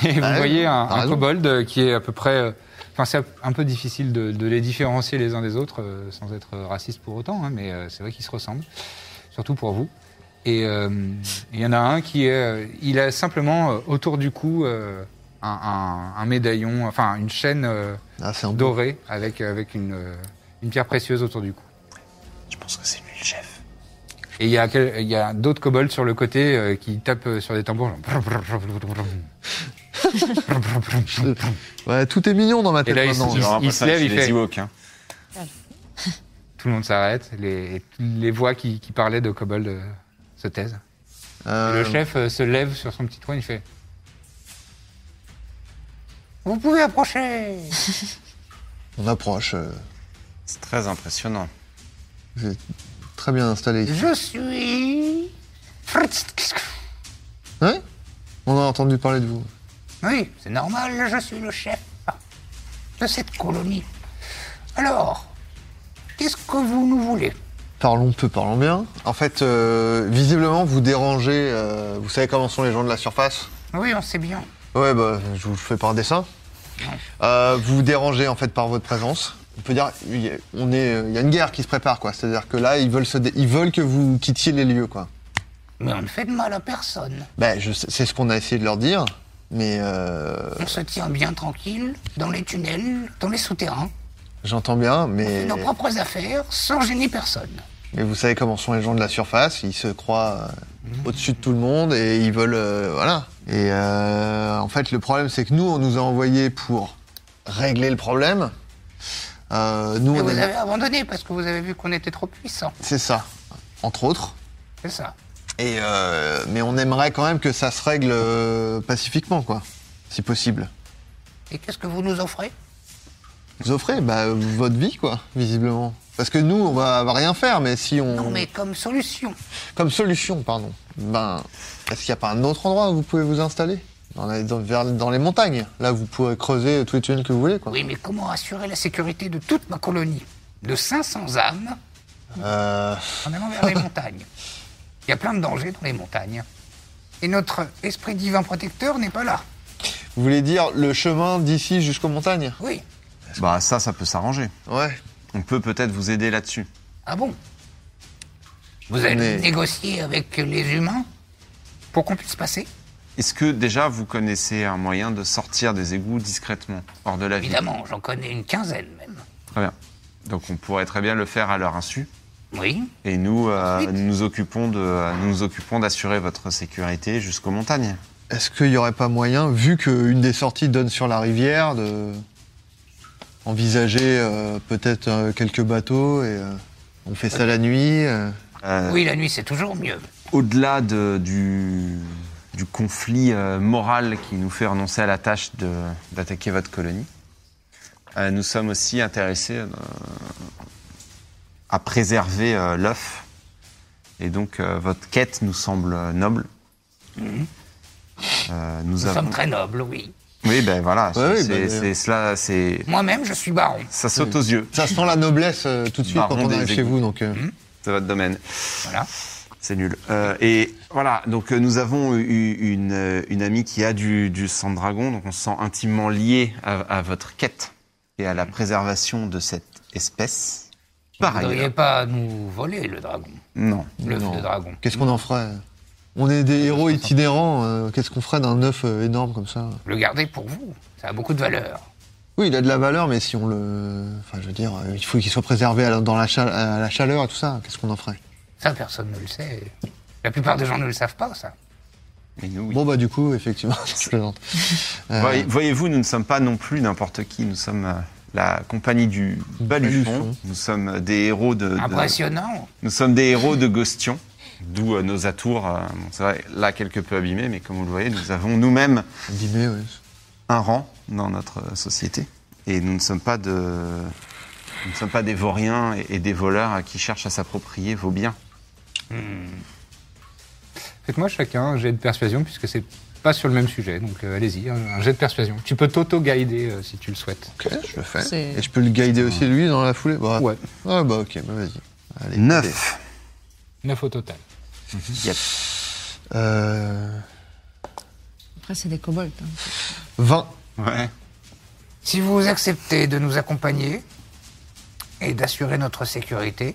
Speaker 2: Et vous
Speaker 3: Bah oui,
Speaker 2: voyez un,
Speaker 3: t'as
Speaker 2: un
Speaker 3: raison.
Speaker 2: kobold euh, qui est à peu près. euh, Enfin, c'est un peu difficile de, de les différencier les uns des autres euh, sans être raciste pour autant, hein, mais euh, c'est vrai qu'ils se ressemblent, surtout pour vous. Et euh, il y en a un qui est. euh, il a simplement euh, autour du cou euh, un, un- un médaillon, enfin une chaîne euh,
Speaker 3: Ah, c'est un beau.
Speaker 2: dorée avec, avec une, euh, une pierre précieuse autour du cou.
Speaker 6: je pense que c'est lui le chef.
Speaker 2: Et il y a, quel- il y a d'autres kobolds sur le côté euh, qui tapent euh, sur des tambours. genre.
Speaker 3: Ouais, tout est mignon dans ma tête
Speaker 2: là, ils
Speaker 3: maintenant.
Speaker 2: sont-
Speaker 6: Genre,
Speaker 2: il
Speaker 6: après
Speaker 2: se
Speaker 6: ça,
Speaker 2: lève,
Speaker 6: chez
Speaker 2: il
Speaker 6: les
Speaker 2: fait-
Speaker 6: Ewoks, hein.
Speaker 2: Tout le monde s'arrête, les, les voix qui, qui parlaient de Kobold euh, se taisent. Et
Speaker 3: Euh,
Speaker 2: le chef euh, se lève sur son petit trône, il fait
Speaker 7: Vous pouvez approcher.
Speaker 3: On approche. euh,
Speaker 6: C'est très impressionnant.
Speaker 3: vous êtes très bien installé ici.
Speaker 7: Je suis... Fritz.
Speaker 3: Hein On a entendu parler de vous.
Speaker 7: Oui, c'est normal, je suis le chef de cette colonie. Alors, qu'est-ce que vous nous voulez
Speaker 3: Parlons peu, parlons bien. En fait, euh, visiblement, vous dérangez. euh, vous savez comment sont les gens de la surface
Speaker 7: Oui, on sait bien.
Speaker 3: Ouais, bah, je vous le fais par dessin. Euh, vous vous dérangez en fait par votre présence. On peut dire, il y a- on est, il y a une guerre qui se prépare, quoi. C'est-à-dire que là, ils veulent, se dé- ils veulent que vous quittiez les lieux, quoi.
Speaker 7: Mais on ne fait de mal à personne.
Speaker 3: Ben, je sais- c'est ce qu'on a essayé de leur dire, mais euh,
Speaker 7: On se tient bien tranquille, dans les tunnels, dans les souterrains,
Speaker 3: j'entends bien, mais,
Speaker 7: nos propres affaires, sans gêner personne.
Speaker 3: mais vous savez comment sont les gens de la surface. Ils se croient euh, au-dessus de tout le monde et ils veulent, euh, voilà. Et euh, en fait, le problème, c'est que nous, on nous a envoyés pour régler le problème. Euh, nous,
Speaker 7: Et
Speaker 3: on
Speaker 7: vous
Speaker 3: est-
Speaker 7: avez abandonné parce que vous avez vu qu'on était trop puissant.
Speaker 3: c'est ça, entre autres.
Speaker 7: C'est ça.
Speaker 3: Et euh, mais on aimerait quand même que ça se règle euh, pacifiquement, quoi, si possible.
Speaker 7: Et qu'est-ce que vous nous offrez
Speaker 3: Vous offrez bah, votre vie, quoi, visiblement. Parce que nous, on va, va rien faire, mais si on...
Speaker 7: Non, mais comme solution.
Speaker 3: Comme solution, pardon. Ben, est-ce qu'il n'y a pas un autre endroit où vous pouvez vous installer dans les, dans, vers- dans les montagnes. Là, vous pourrez creuser tous les tunnels que vous voulez, quoi.
Speaker 7: Oui, mais comment assurer la sécurité de toute ma colonie De 500 âmes
Speaker 3: Euh,
Speaker 7: en allant vers les montagnes. Il y a plein de dangers dans les montagnes. Et notre esprit divin protecteur n'est pas là.
Speaker 3: Vous voulez dire le chemin d'ici jusqu'aux montagnes
Speaker 7: Oui.
Speaker 6: Bah ça, ça peut s'arranger.
Speaker 3: Ouais.
Speaker 6: On peut peut-être vous aider là-dessus.
Speaker 7: Ah bon Vous allez
Speaker 3: Mais-
Speaker 7: négocier avec les humains pour qu'on puisse passer
Speaker 6: Est-ce que déjà vous connaissez un moyen de sortir des égouts discrètement, hors de la ville
Speaker 7: Évidemment, j'en connais une quinzaine même.
Speaker 6: Très bien. Donc on pourrait très bien le faire à leur insu.
Speaker 7: Oui.
Speaker 6: Et nous, euh, nous nous occupons de, euh, nous nous occupons d'assurer votre sécurité jusqu'aux montagnes.
Speaker 3: Est-ce qu'il n'y aurait pas moyen, vu qu'une des sorties donne sur la rivière, de envisager euh, peut-être euh, quelques bateaux et euh, on fait ça la nuit euh.
Speaker 6: Euh,
Speaker 7: Oui, la nuit, c'est toujours mieux.
Speaker 6: Au-delà de- du, du conflit euh, moral qui nous fait renoncer à la tâche de- d'attaquer votre colonie, euh, nous sommes aussi intéressés euh, à préserver euh, l'œuf. Et donc euh, votre quête nous semble euh, noble. Euh, nous
Speaker 7: Nous
Speaker 6: avons-
Speaker 7: sommes très nobles, oui.
Speaker 6: Oui, ben voilà, c'est-
Speaker 3: oui,
Speaker 6: c'est
Speaker 3: ben,
Speaker 6: c'est cela, c'est
Speaker 7: Moi-même, je suis baron.
Speaker 6: ça saute aux yeux.
Speaker 3: Ça sent la noblesse euh, tout de suite
Speaker 6: Baron
Speaker 3: quand on
Speaker 6: des
Speaker 3: arrive chez
Speaker 6: égouts.
Speaker 3: vous, donc euh,
Speaker 6: C'est votre domaine.
Speaker 7: Voilà.
Speaker 6: C'est nul. Euh, et voilà, donc euh, nous avons eu une, euh, une amie qui a du, du sang de dragon, donc on se sent intimement lié à, à votre quête et à la préservation de cette espèce. Par
Speaker 7: Vous ne
Speaker 6: ailleurs.
Speaker 7: devriez pas nous voler le dragon,
Speaker 6: Non.
Speaker 7: l'œuf
Speaker 3: Non.
Speaker 7: de dragon.
Speaker 3: qu'est-ce qu'on en ferait On est des héros itinérants, euh, qu'est-ce qu'on ferait d'un œuf euh, énorme comme ça
Speaker 7: Le garder pour vous, ça a beaucoup de valeur.
Speaker 3: Oui, il a de la valeur, mais si on le... Enfin, je veux dire, euh, il faut qu'il soit préservé à la- dans la, chale- à la chaleur et tout ça, qu'est-ce qu'on en ferait
Speaker 7: Ça, personne ne le sait. La plupart des gens ne le savent pas, ça.
Speaker 6: Mais nous, oui.
Speaker 3: Bon, bah du coup, effectivement, je plaisante. Euh,
Speaker 6: Voyez- Voyez-vous, nous ne sommes pas non plus n'importe qui. Nous sommes euh, la compagnie du Baluchon.
Speaker 3: Baluchon.
Speaker 6: Nous sommes euh, des héros de, de-
Speaker 7: Impressionnant.
Speaker 6: nous sommes des héros de Gostion, d'où euh, nos atours. euh, bon, c'est vrai, là quelque peu abîmés, mais comme vous le voyez, nous avons nous-mêmes
Speaker 3: dîner, oui.
Speaker 6: un rang dans notre euh, société. Et nous ne sommes pas, de... nous ne sommes pas des vauriens et- et des voleurs euh, qui cherchent à s'approprier vos biens.
Speaker 2: Faites-moi chacun un jet de persuasion, puisque c'est pas sur le même sujet. Donc euh, allez-y, un, un jet de persuasion. Tu peux t'auto-guider euh, si tu le souhaites.
Speaker 3: Ok, je le fais.
Speaker 4: C'est-
Speaker 3: Et je peux le guider aussi lui dans la foulée bah,
Speaker 2: Ouais.
Speaker 3: Ah bah ok, bah vas-y. Allez, écoutez.
Speaker 6: 9.
Speaker 2: 9 au total.
Speaker 3: Euh,
Speaker 4: Après, c'est des kobolds. hein.
Speaker 3: 20.
Speaker 6: Ouais.
Speaker 7: Si vous acceptez de nous accompagner et d'assurer notre sécurité,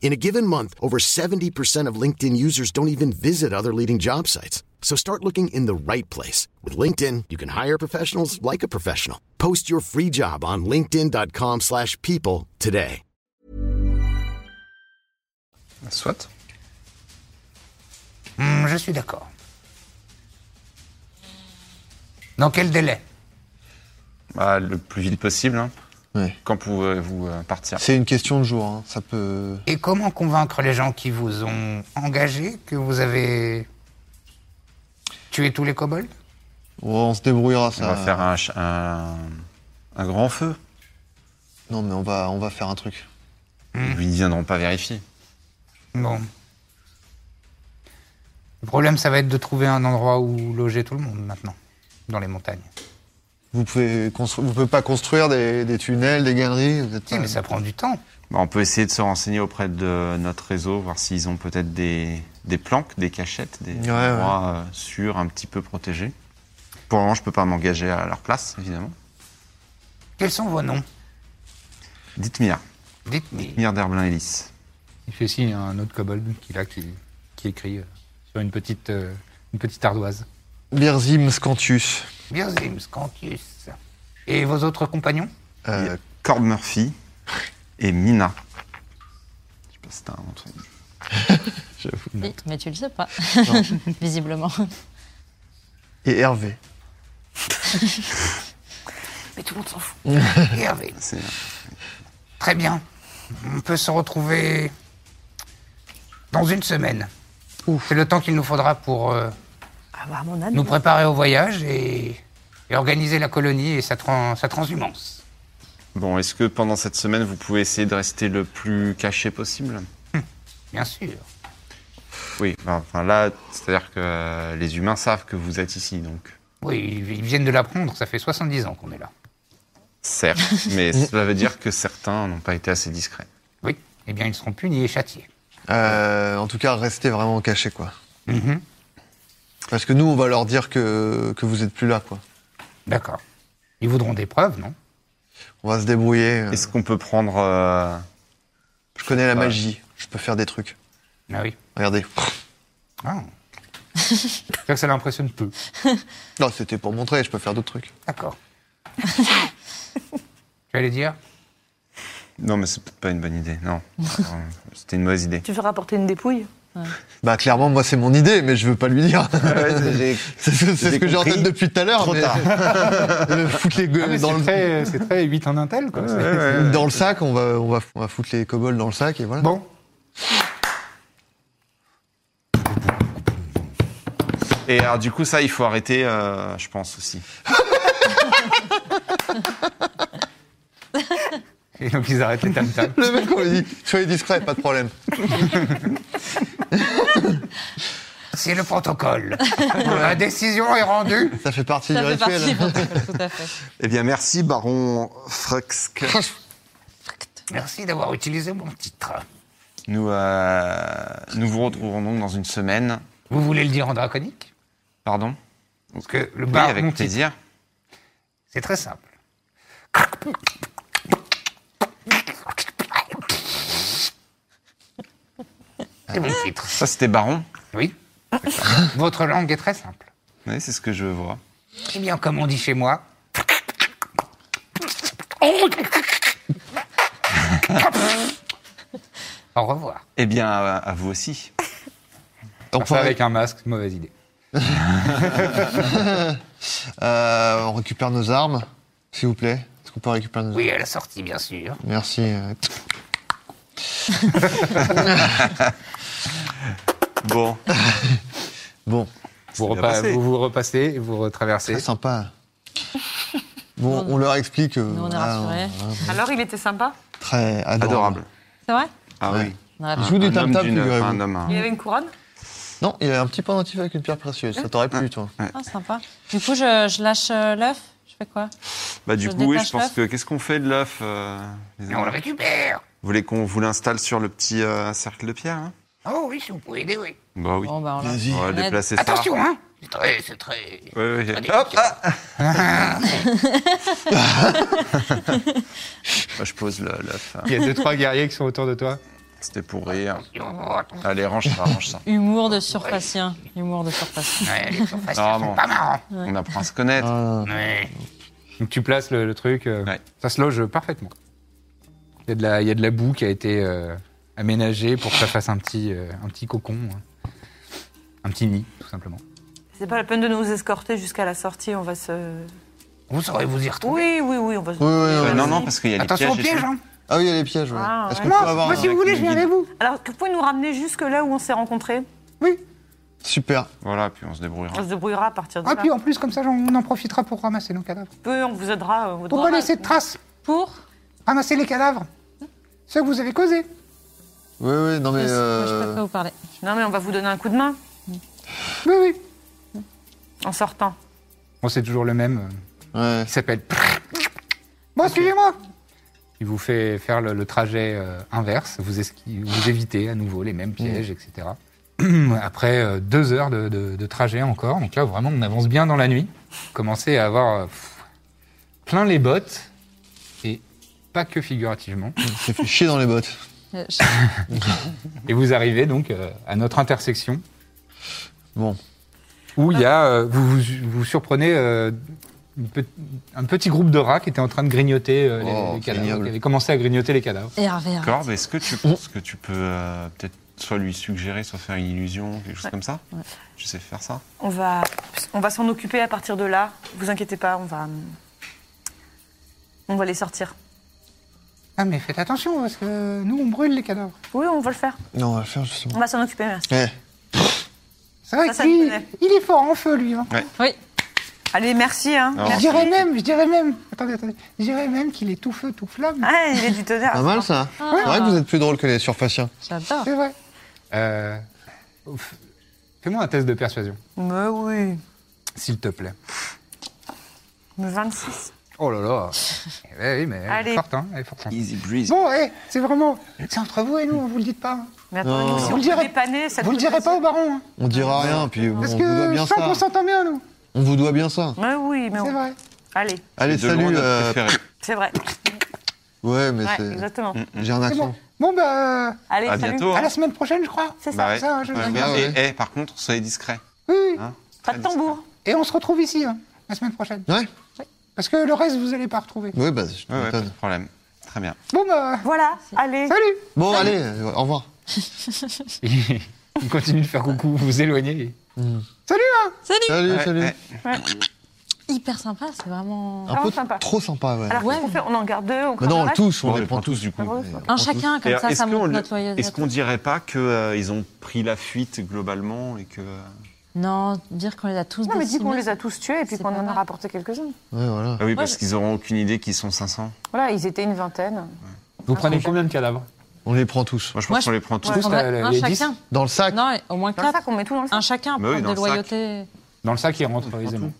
Speaker 9: In a given month, over 70% of LinkedIn users don't even visit other leading job sites. So start looking in the right place. With LinkedIn, you can hire professionals like a professional. Post your free job on linkedin.com/people slash people today.
Speaker 6: Soit.
Speaker 7: Hmm, je suis d'accord. Dans quel délai
Speaker 6: Bah, le plus vite possible, hein,
Speaker 3: Ouais.
Speaker 6: quand pouvez-vous euh, partir
Speaker 3: C'est une question de jour, hein. ça peut...
Speaker 7: Et comment convaincre les gens qui vous ont engagé que vous avez tué tous les kobolds
Speaker 3: Oh, on se débrouillera
Speaker 6: On
Speaker 3: ça.
Speaker 6: va faire un, ch- un, un grand feu.
Speaker 3: Non mais on va, on va faire un truc. Hmm.
Speaker 6: Ils ne viendront pas vérifier.
Speaker 7: Bon. Le problème, ça va être de trouver un endroit où loger tout le monde maintenant, dans les montagnes.
Speaker 3: Vous pouvez, constru- vous pouvez pas construire des, des tunnels, des galeries vous êtes euh,
Speaker 7: Si,
Speaker 3: pas-
Speaker 7: mais ça prend du temps.
Speaker 6: Bah, on peut essayer de se renseigner auprès de notre réseau, voir s'ils ont peut-être des, des planques, des cachettes, des
Speaker 3: Ouais,
Speaker 6: endroits euh, sûrs, un petit peu protégés. Pour le moment, je ne peux pas m'engager à leur place, évidemment.
Speaker 7: Quels sont vos noms
Speaker 6: Dites-moi.
Speaker 7: Dites-moi.
Speaker 6: Mir d'Herblin Hélice.
Speaker 2: Il fait signe à un autre kobold qui, là, qui, qui écrit euh, sur une petite, euh, une petite ardoise.
Speaker 3: Birzim Scantus.
Speaker 7: Birzim, Scantius. Et vos autres compagnons
Speaker 3: Euh,
Speaker 6: Il y a Corb Murphy et Mina. Je sais pas si t'as un autre.
Speaker 4: Oui, mais tu le sais pas, visiblement.
Speaker 3: Et Hervé.
Speaker 5: Mais tout le monde s'en fout.
Speaker 7: Et Hervé.
Speaker 6: C'est- euh,
Speaker 7: Très bien. On peut se retrouver dans une semaine. C'est le temps qu'il nous faudra pour euh,
Speaker 5: Ah bah, mon âme.
Speaker 7: nous préparer au voyage et
Speaker 2: et organiser la colonie et sa, tran- sa transhumance.
Speaker 6: Bon, est-ce que pendant cette semaine, vous pouvez essayer de rester le plus caché possible
Speaker 2: Bien sûr.
Speaker 6: Oui, enfin là, c'est-à-dire que euh, les humains savent que vous êtes ici, donc.
Speaker 2: Oui, ils ils viennent de l'apprendre, ça fait 70 ans qu'on est là.
Speaker 6: Certes, mais cela veut dire que certains n'ont pas été assez discrets.
Speaker 2: Oui, eh bien ils seront punis et châtiés.
Speaker 3: Euh, en tout cas, restez vraiment cachés, quoi. Parce que nous, on va leur dire que, que vous êtes plus là, quoi.
Speaker 2: D'accord. Ils voudront des preuves, non
Speaker 3: On va se débrouiller. euh,
Speaker 6: Est-ce qu'on peut prendre. euh,
Speaker 3: Je connais la magie. Je peux faire des trucs.
Speaker 2: Ah oui.
Speaker 3: Regardez.
Speaker 2: Ah. J'espère que ça l'impressionne peu.
Speaker 3: Non, c'était pour montrer. Je peux faire d'autres trucs.
Speaker 2: D'accord. tu allais dire
Speaker 6: Non, mais c'est peut-être pas une bonne idée, non. Euh, C'était une mauvaise idée.
Speaker 5: Tu veux rapporter une dépouille
Speaker 3: Bah, clairement, moi, c'est mon idée, mais je veux pas lui dire. c'est ce, c'est
Speaker 6: Ah j'ai
Speaker 3: ce que j'ai en
Speaker 6: compris.
Speaker 3: tête depuis tout à l'heure.
Speaker 6: Trop
Speaker 3: mais-
Speaker 6: tard.
Speaker 3: Euh, foutre les gueux
Speaker 2: Ah, mais
Speaker 3: dans,
Speaker 2: C'est
Speaker 3: le,
Speaker 2: très, c'est très 8 en intel, quoi. C'est-
Speaker 3: dans le sac. On va, on, va, on va foutre les kobolds dans le sac et voilà.
Speaker 2: Bon.
Speaker 6: Et alors, du coup, ça, il faut arrêter, euh, je pense aussi.
Speaker 2: Et donc ils arrêtent les tam-tams.
Speaker 3: Le mec, on lui dit soyez discret, pas de problème.
Speaker 2: C'est le protocole. La décision est rendue.
Speaker 3: Ça fait partie
Speaker 4: Ça
Speaker 3: du
Speaker 4: fait
Speaker 3: rituel.
Speaker 4: partie, tout à fait.
Speaker 6: Eh bien, merci, Baron Fruxk.
Speaker 2: Merci d'avoir utilisé mon titre.
Speaker 6: Nous, euh, nous vous retrouverons donc dans une semaine.
Speaker 2: Vous voulez le dire en draconique
Speaker 6: Pardon
Speaker 2: Parce que le
Speaker 6: Oui,
Speaker 2: bar, mon
Speaker 6: avec
Speaker 2: titre,
Speaker 6: plaisir.
Speaker 2: c'est très simple. C'est mon titre.
Speaker 6: Ça, c'était Baron.
Speaker 2: Oui. Votre langue est très simple.
Speaker 6: Oui, c'est ce que je vois.
Speaker 2: Eh bien, comme on dit chez moi. Au revoir.
Speaker 6: Eh bien, à, à vous aussi.
Speaker 3: On,
Speaker 2: Enfin,
Speaker 3: pourrait-
Speaker 2: avec un masque, mauvaise idée.
Speaker 3: euh, on récupère nos armes, s'il vous plaît. Est-ce qu'on peut récupérer nos armes
Speaker 2: Oui, à la sortie, bien sûr.
Speaker 3: Merci. euh,
Speaker 6: Bon.
Speaker 3: Bon,
Speaker 2: Vous,
Speaker 6: bien
Speaker 2: repas-
Speaker 6: passé.
Speaker 2: vous vous repassez et vous retraversez.
Speaker 3: très sympa. Bon, on leur explique. euh,
Speaker 4: Nous, on est
Speaker 3: voilà,
Speaker 6: Ah,
Speaker 4: rassurés.
Speaker 3: voilà,
Speaker 5: Alors, il était sympa
Speaker 3: très adorable.
Speaker 6: Adorable.
Speaker 4: C'est vrai
Speaker 6: Ah oui.
Speaker 4: Ouais,
Speaker 3: Je vous dis
Speaker 6: Un homme
Speaker 3: tam-tam,
Speaker 6: d'une-
Speaker 3: figurez-vous.
Speaker 6: un homme, hein. un-
Speaker 5: Il avait une couronne
Speaker 3: Non, il y a un petit pendentif avec une pierre précieuse. Ça t'aurait plu, toi.
Speaker 4: ah, sympa. Du coup, je, je lâche euh, l'œuf. Je fais quoi
Speaker 6: Bah, du
Speaker 4: Je
Speaker 6: coup, oui,
Speaker 4: détache
Speaker 6: je pense
Speaker 4: l'œuf.
Speaker 6: que. Qu'est-ce qu'on fait de l'œuf euh, les
Speaker 2: Et
Speaker 6: amis
Speaker 2: on le récupère.
Speaker 6: Vous voulez qu'on vous l'installe sur le petit euh, cercle de pierre hein
Speaker 2: Oh oui, si vous pouvez aider, oui.
Speaker 6: Bah oui.
Speaker 3: Oh,
Speaker 4: Bon, bah, on lâche.
Speaker 3: Vas-y.
Speaker 6: On va
Speaker 4: Ned.
Speaker 6: déplacer ça.
Speaker 2: Attention, hein. C'est très, c'est très.
Speaker 6: Oui, oui.
Speaker 2: Allez,
Speaker 6: Hop
Speaker 2: tiens.
Speaker 6: ah Bah, Je pose le- l'œuf. hein.
Speaker 2: Il y a deux, trois guerriers qui sont autour de toi.
Speaker 6: C'était pour rire.
Speaker 2: Ouais,
Speaker 6: Allez, range ça, range ça.
Speaker 4: Humour de surfacien. Humour de surfacien.
Speaker 2: les surfaces
Speaker 6: Ah, bon.
Speaker 2: sont pas marrants.
Speaker 6: On apprend à se connaître.
Speaker 3: Ah,
Speaker 2: Ouais. Donc tu places le, le truc, euh,
Speaker 6: Ouais.
Speaker 2: ça se loge parfaitement. Il y, a de la- il y a de la boue qui a été euh, aménagée pour que ça fasse un petit, euh, un petit cocon, hein. un petit nid, tout simplement.
Speaker 5: C'est pas la peine de nous escorter jusqu'à la sortie, on va se...
Speaker 2: Vous saurez vous y retrouver.
Speaker 5: Oui, oui, oui, on va se...
Speaker 3: Oui, oui, oui.
Speaker 6: Euh, non, non, parce qu'il y a des
Speaker 2: Attention
Speaker 6: pièges.
Speaker 2: aux pièges,
Speaker 6: et tout.
Speaker 2: hein.
Speaker 3: Ah oui, il y a les pièges. ouais.
Speaker 5: Ah,
Speaker 3: Est-ce
Speaker 5: ouais.
Speaker 3: qu'on peut avoir. un-
Speaker 2: vous voulez, je viens avec vous.
Speaker 5: Alors, que vous pouvez nous ramener jusque là où on s'est rencontrés
Speaker 3: Super.
Speaker 2: hein.
Speaker 6: Voilà, puis on se débrouillera.
Speaker 5: On se débrouillera à partir de
Speaker 2: Ah,
Speaker 5: là.
Speaker 2: puis en plus, comme ça, j'en- on en profitera pour ramasser nos cadavres.
Speaker 5: Peu, on vous aidera. euh, On vous
Speaker 2: Pour
Speaker 5: aidera.
Speaker 2: pas laisser de traces,
Speaker 4: Pour
Speaker 2: ramasser les cadavres. Ceux que vous avez causés.
Speaker 3: Oui, oui, non, mais.
Speaker 4: Je sais- moi, Je sais pas de
Speaker 3: euh,
Speaker 4: quoi vous parler.
Speaker 5: Non, mais on va vous donner un coup de main
Speaker 2: Oui, oui.
Speaker 5: en sortant.
Speaker 2: Bon, c'est toujours le même. euh,
Speaker 3: ouais.
Speaker 2: Il s'appelle. Bon, suivez-moi Il vous fait faire le, le trajet euh, inverse, vous, esqui- vous évitez à nouveau les mêmes pièges, etc. Après euh, deux heures de, de- de trajet encore, donc là vraiment on avance bien dans la nuit. Vous Commencez à avoir euh, pff, plein les bottes, et pas que figurativement.
Speaker 3: Ça fait chier dans les bottes.
Speaker 4: Euh, je-
Speaker 2: Et vous arrivez donc euh, à notre intersection
Speaker 3: Bon.
Speaker 2: où il y a, euh, vous, vous, vous surprenez euh, une pe- un petit groupe de rats qui était en train de grignoter euh, les,
Speaker 3: Oh,
Speaker 2: les cadavres,
Speaker 3: ignoble.
Speaker 2: qui avait commencé à grignoter les cadavres.
Speaker 4: Hervé. arrête.
Speaker 6: Corbe, est-ce que tu penses que tu peux euh, peut-être soit lui suggérer, soit faire une illusion, quelque chose comme ça Je sais faire ça.
Speaker 5: On va, on va s'en occuper à partir de là. Vous inquiétez pas, on va... hum, On va les sortir.
Speaker 2: Ah mais faites attention parce que nous on brûle les cadavres.
Speaker 5: Oui, on va le faire.
Speaker 3: Non, on va le faire
Speaker 5: On
Speaker 3: justement.
Speaker 5: va s'en occuper, merci.
Speaker 3: Eh,
Speaker 2: C'est vrai
Speaker 5: Ça,
Speaker 2: que
Speaker 5: ça
Speaker 2: lui,
Speaker 5: le connaît.
Speaker 2: il est fort en feu lui. hein.
Speaker 4: Oui.
Speaker 5: Allez, merci. Hein.
Speaker 6: Alors,
Speaker 2: Je
Speaker 5: Merci.
Speaker 2: dirais même, je dirais même, attendez, attendez, je dirais même qu'il est tout feu, tout flamme.
Speaker 5: Ah, il est du tonnerre.
Speaker 3: Pas mal ça. C'est vrai que vous êtes plus drôle que les surfaciens.
Speaker 4: J'adore.
Speaker 2: C'est vrai. Euh, ouf. Fais-moi un test de persuasion,
Speaker 5: Mais oui.
Speaker 2: s'il te plaît.
Speaker 5: Mais 26.
Speaker 2: Oh là là. Eh ben oui, mais elle est
Speaker 5: Allez.
Speaker 2: forte, hein, elle est forte. hein.
Speaker 6: Easy breeze.
Speaker 2: Bon, eh, c'est vraiment, c'est entre vous et nous, on vous le dites pas. hein.
Speaker 5: Mais attends,
Speaker 3: Non.
Speaker 5: si
Speaker 2: Vous
Speaker 5: on
Speaker 2: le
Speaker 5: peut
Speaker 2: direz-
Speaker 5: dépanner, ça
Speaker 2: Vous le
Speaker 5: coûte
Speaker 2: direz
Speaker 5: aussi.
Speaker 2: pas au baron, hein,
Speaker 3: On dira rien, puis bon,
Speaker 2: parce
Speaker 3: on
Speaker 2: que
Speaker 3: vous doit bien
Speaker 2: je sens
Speaker 3: ça.
Speaker 2: qu'on s'entend bien, nous.
Speaker 3: On vous doit bien ça.
Speaker 5: Mais oui, mais
Speaker 2: C'est
Speaker 5: on-
Speaker 2: vrai.
Speaker 5: Allez,
Speaker 3: Allez,
Speaker 6: C'est de loin
Speaker 3: salut.
Speaker 6: notre
Speaker 3: euh,
Speaker 6: préféré.
Speaker 5: c'est vrai.
Speaker 3: Ouais, mais
Speaker 5: Ouais,
Speaker 3: c'est.
Speaker 5: exactement.
Speaker 2: Mm.
Speaker 3: J'ai un
Speaker 2: C'est bon.
Speaker 3: accent.
Speaker 2: Bon, bah, euh,
Speaker 5: Allez,
Speaker 6: À
Speaker 5: salut. Ah,
Speaker 6: bientôt.
Speaker 2: à la semaine prochaine, je crois.
Speaker 5: C'est ça.
Speaker 6: Bah ouais.
Speaker 2: ça, je-
Speaker 6: Ouais,
Speaker 2: je-
Speaker 6: bien.
Speaker 3: Ah ouais.
Speaker 6: Et, et, par contre, soyez discret. Hein,
Speaker 2: Oui, oui.
Speaker 5: Pas de tambour.
Speaker 2: Et on se retrouve ici, hein, la semaine prochaine.
Speaker 3: Ouais,
Speaker 2: Parce que le reste, vous allez pas retrouver.
Speaker 3: ouais, bah, je
Speaker 6: Ouais, ouais, pas de
Speaker 3: m'étonne.
Speaker 6: problème. Très bien.
Speaker 2: Bon, bah,
Speaker 5: Voilà, allez.
Speaker 2: salut
Speaker 3: Bon, allez, euh, au revoir.
Speaker 2: Il continue de faire coucou, vous vous éloignez. Salut, hein
Speaker 4: Salut
Speaker 3: Salut,
Speaker 6: Ouais,
Speaker 3: salut.
Speaker 6: ouais.
Speaker 4: Hyper sympa, c'est vraiment...
Speaker 6: Ah,
Speaker 3: Un
Speaker 5: Vraiment
Speaker 3: peu
Speaker 5: sympa.
Speaker 3: trop sympa, ouais.
Speaker 5: Alors, qu'est-ce qu'on fait On en garde deux, on
Speaker 3: Maintenant,
Speaker 5: prend
Speaker 3: on
Speaker 5: le
Speaker 3: le
Speaker 5: reste
Speaker 3: touche, on
Speaker 6: Bon,
Speaker 3: les prend tous.
Speaker 6: du coup.
Speaker 5: Heureuse,
Speaker 3: Mais-
Speaker 5: quoi.
Speaker 4: Un chacun, comme
Speaker 6: D'ailleurs,
Speaker 4: ça,
Speaker 6: est-ce
Speaker 4: ça montre
Speaker 6: qu'on-
Speaker 4: notre loyauté.
Speaker 6: Est-ce qu'on dirait pas qu'ils ont pris la fuite globalement et que. euh,
Speaker 4: Non, dire qu'on les a tous
Speaker 5: Non, mais dis
Speaker 4: décimés.
Speaker 5: qu'on les a tous tués et puis
Speaker 4: C'est
Speaker 5: qu'on
Speaker 4: pas
Speaker 5: en a
Speaker 4: mal.
Speaker 5: rapporté quelques-uns.
Speaker 3: Ouais, voilà.
Speaker 6: Ah oui, parce
Speaker 4: je-
Speaker 6: qu'ils auront aucune idée qu'ils sont 500.
Speaker 5: Voilà, ils étaient une vingtaine.
Speaker 2: Vous prenez combien de cadavres
Speaker 3: On les prend tous.
Speaker 6: Moi, je
Speaker 4: Moi,
Speaker 6: pense
Speaker 4: je-
Speaker 6: qu'on les prend Ah tous.
Speaker 4: On
Speaker 2: Tous,
Speaker 4: prendrait
Speaker 2: euh,
Speaker 4: un
Speaker 2: les dix
Speaker 4: chacun.
Speaker 3: Dans le sac.
Speaker 4: Non, au moins
Speaker 5: C'est ça
Speaker 4: quatre.
Speaker 5: qu'on met tout dans le
Speaker 4: Un
Speaker 5: sac.
Speaker 4: chacun,
Speaker 6: Bah oui,
Speaker 4: prendre
Speaker 6: dans
Speaker 4: des
Speaker 6: le sac.
Speaker 4: loyautés.
Speaker 2: Dans le sac, il rentre aisément.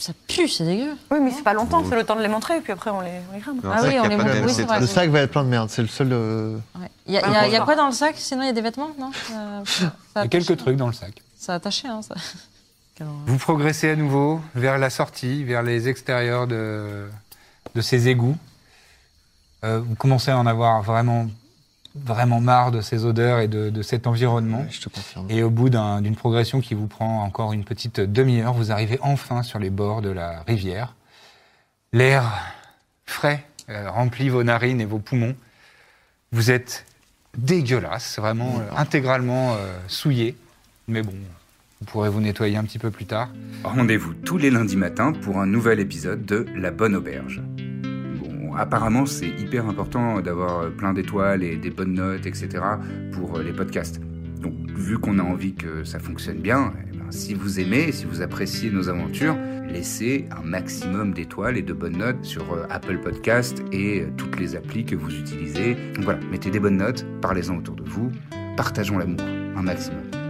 Speaker 4: Ça pue, c'est dégueu.
Speaker 5: Oui, mais c'est pas longtemps, c'est le temps de les montrer, et puis après on les, on les crame.
Speaker 6: Dans
Speaker 4: Ah oui,
Speaker 6: sac, il y a
Speaker 4: on les
Speaker 6: pas de
Speaker 4: montre. Oui,
Speaker 6: DLC,
Speaker 4: c'est vrai.
Speaker 3: Le sac va être plein de merde, c'est le seul. euh,
Speaker 4: Ouais. Il y, a- il y a- il y a quoi dans le sac Sinon, il y a des vêtements, non Euh, ça
Speaker 2: Ah, Il y a
Speaker 4: attaché,
Speaker 2: quelques
Speaker 4: hein.
Speaker 2: trucs dans le sac.
Speaker 4: Ça a attaché, hein, ça. Quelle horreur.
Speaker 2: Vous progressez à nouveau vers la sortie, vers les extérieurs de, de ces égouts. Euh, vous commencez à en avoir vraiment, vraiment marre de ces odeurs et de, de cet environnement.
Speaker 6: Hein
Speaker 3: Je te confirme.
Speaker 2: Et au bout d'un- d'une progression qui vous prend encore une petite demi-heure, vous arrivez enfin sur les bords de la rivière. L'air frais euh, remplit vos narines et vos poumons. Vous êtes dégueulasse, vraiment euh, intégralement euh, souillé. Mais bon, vous pourrez vous nettoyer un petit peu plus tard.
Speaker 10: Rendez-vous tous les lundis matins pour un nouvel épisode de La Bonne Auberge. Bon, apparemment, c'est hyper important d'avoir euh, plein d'étoiles et des bonnes notes, etc. pour euh, les podcasts. Donc, vu qu'on a envie que ça fonctionne bien, eh ben, si vous aimez, si vous appréciez nos aventures, laissez un maximum d'étoiles et de bonnes notes sur euh, Apple Podcast et euh, toutes les applis que vous utilisez. Donc voilà, mettez des bonnes notes, parlez-en autour de vous, partageons l'amour un maximum.